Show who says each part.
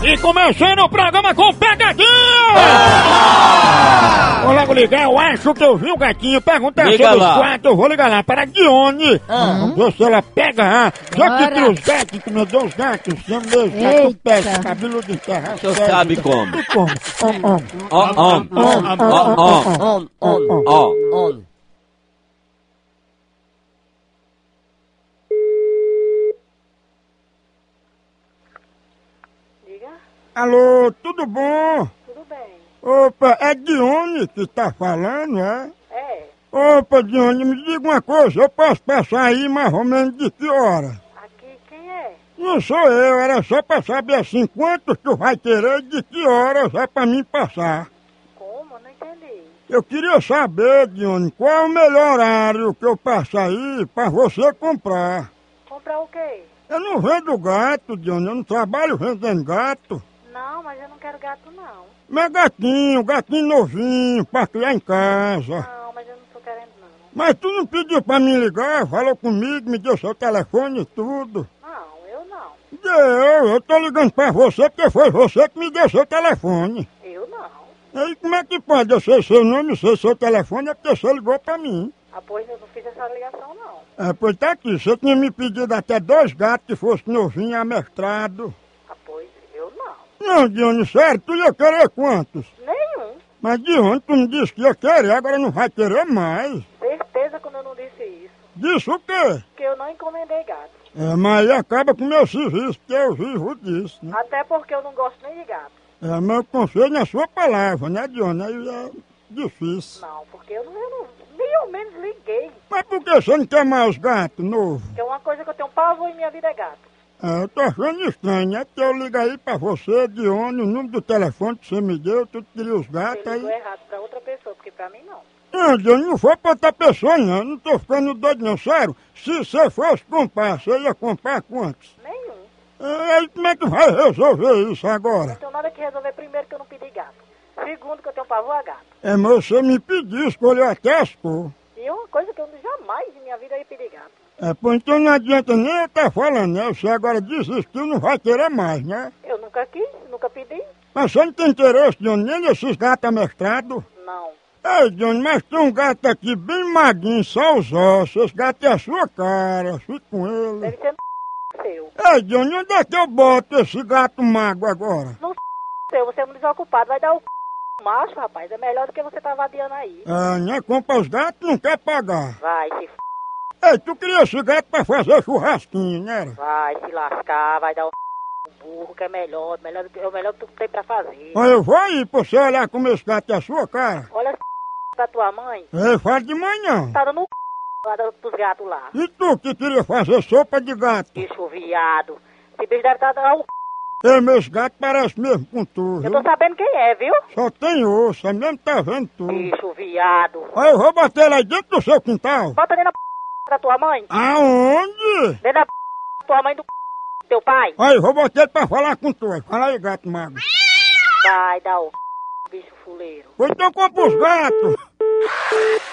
Speaker 1: E começando o programa com pegadinha! Vou logo ligar, eu acho que eu vi o gatinho perguntar
Speaker 2: Ah! Liga
Speaker 1: sobre
Speaker 2: lá.
Speaker 1: os quatro, eu vou ligar lá para Dione. Vou se ela pega, ah, já que
Speaker 3: Bora.
Speaker 1: tem os gatos, que me deu os gatos, se eu me deixar, tu
Speaker 3: Eita.
Speaker 1: pega, cabelo de terra,
Speaker 2: Você sabe como.
Speaker 1: E como? Om, om.
Speaker 2: Ó, ó,
Speaker 1: Om, om, om, om.
Speaker 4: On, on,
Speaker 2: ó.
Speaker 4: on.
Speaker 5: Diga,
Speaker 1: Alô, tudo bom?
Speaker 5: tudo bem.
Speaker 1: Opa, é Dione que tá falando, é?
Speaker 5: É,
Speaker 1: Opa, Dione, me diga uma coisa, eu posso passar aí mais ou menos de que hora?
Speaker 5: aqui quem é?
Speaker 1: Não sou eu, era só pra saber assim quantos tu vai querer e de que horas é pra mim passar.
Speaker 5: Como? Não entendi.
Speaker 1: Eu queria saber, Dione, qual é o melhor horário que eu passo aí pra você comprar.
Speaker 5: Comprar o quê?
Speaker 1: Eu não vendo gato, Dione, eu não trabalho vendendo gato.
Speaker 5: Não, mas eu não quero gato, não.
Speaker 1: Mas gatinho, gatinho novinho, pra criar em casa.
Speaker 5: Não, mas eu não tô querendo, não.
Speaker 1: Mas tu não pediu pra me ligar, falou comigo, me deu seu telefone e tudo.
Speaker 5: Não, eu não.
Speaker 1: Deu, eu tô ligando pra você porque foi você que me deu seu telefone.
Speaker 5: Eu não.
Speaker 1: Aí como é que pode? Eu sei seu nome, sei seu telefone, é porque você ligou pra mim.
Speaker 5: Ah, pois eu não fiz essa ligação, não.
Speaker 1: É, pois tá aqui, você tinha me pedido até dois gatos que fossem novinho, amestrado.
Speaker 5: Ah, pois eu não.
Speaker 1: Não, Dione, sério, tu ia querer quantos?
Speaker 5: Nenhum.
Speaker 1: Mas Dione, tu me disse que ia querer, agora não vai querer mais.
Speaker 5: Certeza quando eu não disse isso.
Speaker 1: Disse o quê?
Speaker 5: Que eu não encomendei gato.
Speaker 1: É, mas aí acaba com o meu serviço, porque eu vivo disso, né?
Speaker 5: Até porque eu não gosto nem de gato.
Speaker 1: É, mas eu confio na sua palavra, né, Dione? Aí é difícil.
Speaker 5: Não, porque eu não, eu não nem ao menos liguei.
Speaker 1: Mas por que você não quer mais gato novo?
Speaker 5: Que é uma coisa que eu tenho pavor em minha vida é gato.
Speaker 1: É, eu tô achando estranho, né? Porque eu ligo aí pra você, Dione, o número do telefone que você me deu, tu queria os gatos
Speaker 5: Você ligou
Speaker 1: Ah, tá aí.
Speaker 5: errado pra outra pessoa, porque pra mim não.
Speaker 1: Não, Dione, não foi pra outra pessoa, não. Eu Não tô ficando doido, não, sério. Se você fosse comprar, você ia comprar quantos?
Speaker 5: Nenhum.
Speaker 1: É, Aí como é que vai resolver isso
Speaker 5: Não
Speaker 1: agora?
Speaker 5: tenho nada Então, que resolver. Primeiro, que eu não pedi gato. Segundo, que eu tenho pavor a gato.
Speaker 1: É, mas você me pediu, escolheu até as cor.
Speaker 5: E uma coisa que eu jamais em minha vida ia pedir gato.
Speaker 1: É, pô, então não adianta nem eu estar falando, né? Você agora desistiu, não vai querer mais, né?
Speaker 5: Eu nunca quis, nunca pedi.
Speaker 1: Mas você não tem interesse, Dione, nem nesses gatos amestrados.
Speaker 5: Não.
Speaker 1: Ei, Johnny, mas tem um gato aqui bem magrinho, só os ossos. Esse gato é a sua cara, fique com ele.
Speaker 5: Deve ser no seu.
Speaker 1: Ei, Johnny, onde é que eu boto esse gato magro agora?
Speaker 5: No seu, você é um desocupado. Vai dar o macho, rapaz. É melhor do que você tá vadiando aí.
Speaker 1: Ah, né? Compra os gatos não quer pagar.
Speaker 5: Vai se f...
Speaker 1: Ei, tu queria esse gato pra fazer churrasquinho, né? era?
Speaker 5: vai se lascar, vai dar o burro, que é melhor, melhor do que, é o melhor que tu tem pra fazer.
Speaker 1: Olha, eu vou aí pra você olhar como esse gato é a sua cara.
Speaker 5: Olha esse da tua mãe.
Speaker 1: Ei, faz de manhã.
Speaker 5: Tá dando o lá do- dos gatos lá.
Speaker 1: E tu que queria fazer sopa de gato?
Speaker 5: Bicho viado. Esse bicho deve estar dando o
Speaker 1: Ei, meus gatos parecem mesmo com tu,
Speaker 5: Eu
Speaker 1: viu?
Speaker 5: tô sabendo quem é, viu?
Speaker 1: Só tem osso, é mesmo tá vendo tu.
Speaker 5: Bicho viado.
Speaker 1: Olha, eu vou bater ele aí dentro do seu quintal.
Speaker 5: Bota dentro da p... da tua mãe.
Speaker 1: Aonde?
Speaker 5: Dentro da p... da tua mãe do p... do teu pai.
Speaker 1: Aí, vou botar ele pra falar com tu. Fala aí, gato mago.
Speaker 5: Vai dar o p... bicho fuleiro.
Speaker 1: Pois então compra os gatos.